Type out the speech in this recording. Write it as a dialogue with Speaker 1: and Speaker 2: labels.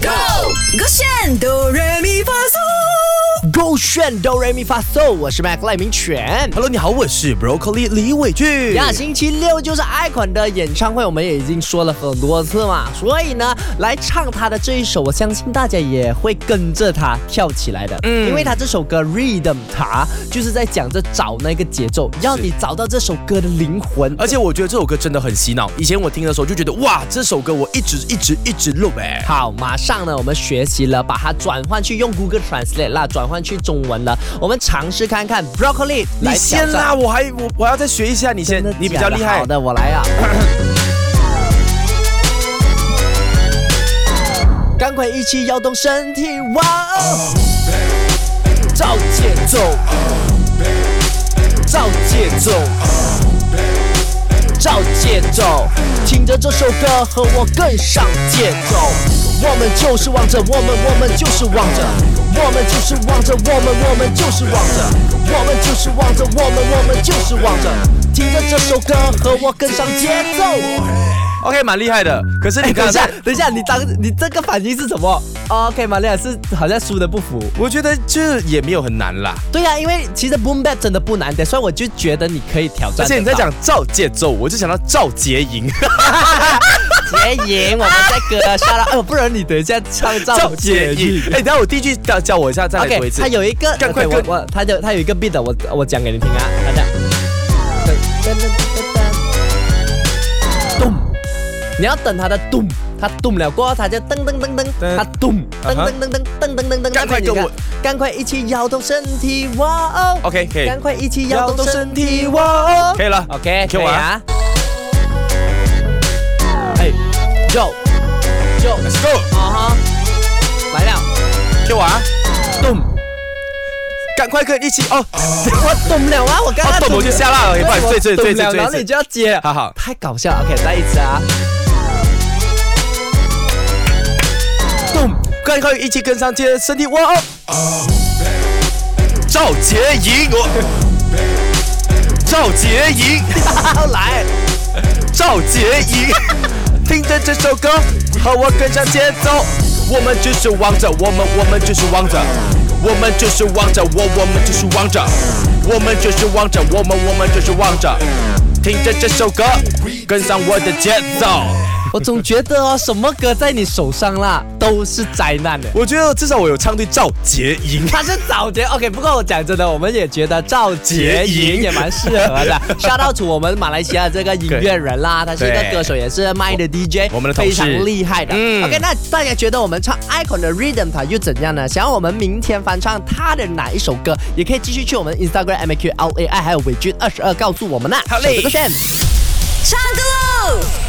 Speaker 1: Go！我选哆瑞咪发嗦，
Speaker 2: 勾选哆来咪发嗦，我是 Mac 赖明全。
Speaker 3: Hello，你好，我是 Broccoli 李伟俊。
Speaker 2: 呀，星期六就是 Icon 的演唱会，我们也已经说了很多次嘛，所以呢，来唱他的这一首，我相信大家也会跟着他跳起来的，
Speaker 3: 嗯
Speaker 2: 因为他这首歌 Rhythm 它就是在讲着找那个节奏，要你找到这首歌的灵魂，
Speaker 3: 而且我觉得这首歌真的很洗脑。以前我听的时候就觉得，哇，这首歌我一直一直一直录哎。
Speaker 2: 好，马上呢，我们学习了，把它转换去用 Google Translate 啦，转换去中文了。我们尝试看看 Broccoli
Speaker 3: 你
Speaker 2: 来
Speaker 3: 先
Speaker 2: 挑战
Speaker 3: 啦，，我还我我要再学一下，你先
Speaker 2: 真的，
Speaker 3: 你比
Speaker 2: 假
Speaker 3: 较
Speaker 2: 的
Speaker 3: 厉害
Speaker 2: 好。的，我来啊。 赶快一起摇动身体，哇哦！照节奏，照节奏，照节奏，听着这首歌和我跟上节奏。我们就是王者，我们我们就是王者，我们就是王者，我们我们就是王者，我们就是王者，我们我们就是王者。听着这首歌和我跟上节奏。
Speaker 3: OK，蛮厉害的。可是你
Speaker 2: 哎等
Speaker 3: 刚
Speaker 2: 一
Speaker 3: 才
Speaker 2: 下，，等一下，你当你这个反应是什么？OK，玛利亚是好像输的不服。
Speaker 3: 我觉得这也没有很难啦。
Speaker 2: 对呀、因为其实 boom bap 真的不难的，所以我就觉得你可以挑战得到。
Speaker 3: 而且你在 讲赵节奏，我就想到赵杰 莹，
Speaker 2: 杰莹，我们在歌上了，哦， 不然你等一下唱赵杰莹。
Speaker 3: 哎，等一下我第一句教教我一下，再来说
Speaker 2: OK，
Speaker 3: 一次
Speaker 2: 他。有一个，
Speaker 3: 赶快
Speaker 2: OK，
Speaker 3: 跟
Speaker 2: 我我他有他有一个 beat ờ, 的，我我讲给你听啊，大家。咚，你要等他的咚，他咚了过后，他就噔噔噔噔，他咚噔噔噔噔噔噔噔噔，
Speaker 3: 赶快跟我，
Speaker 2: 赶快一起摇动身体，哇哦
Speaker 3: OK，可以
Speaker 2: 赶快一起摇动身体，哇哦
Speaker 3: 可以了
Speaker 2: ，OK，
Speaker 3: 给我啊。
Speaker 2: 哎，Yo Yo，Ờ
Speaker 3: ，Let's go，
Speaker 2: 啊哈，来了，
Speaker 3: 给我啊，
Speaker 2: 咚，
Speaker 3: 赶快跟一起哦，
Speaker 2: 我咚了啊，我刚刚
Speaker 3: 哦，动我就下啦，了，快，最最最
Speaker 2: 懂了
Speaker 3: 最
Speaker 2: 然后
Speaker 3: 最
Speaker 2: 你
Speaker 3: 最，
Speaker 2: 就要接，
Speaker 3: 好好
Speaker 2: 太搞笑了。OK，再一次啊，
Speaker 3: 动，嗯快快一起跟上接身体哇哦。赵杰莹，我赵杰莹，
Speaker 2: 来，
Speaker 3: 赵杰莹，听着这首歌，和我跟上节奏，我们就是王者，我们我们就是王者，我们就是王者，我我们就是王者，我们就是王者，我们我们就是王者，听着这首歌，跟上我的节奏。
Speaker 2: 我总觉得哦，什么歌在你手上啦，都是灾难的。
Speaker 3: 我觉得至少我有唱对赵杰 莹。
Speaker 2: 他是早杰，OK。不过我讲真的，我们也觉得赵杰
Speaker 3: 杰
Speaker 2: 莹
Speaker 3: 莹
Speaker 2: 也蛮适合 的。shout out to 我们马来西亚这个音乐人啦，他是一个
Speaker 3: 对
Speaker 2: 歌手，也是麦的 DJ，
Speaker 3: 我们的同
Speaker 2: 非
Speaker 3: 事
Speaker 2: 常厉害的。
Speaker 3: 嗯
Speaker 2: OK，那大家觉得我们唱 Icon 的 Rhythm 它又怎样呢？想要我们明天翻唱他的哪一首歌，也可以继续去我们 Instagram M A Q L A I 还有伟俊二十二告诉我们啦。
Speaker 3: 好嘞
Speaker 2: 手这个 Sam
Speaker 1: 唱歌喽！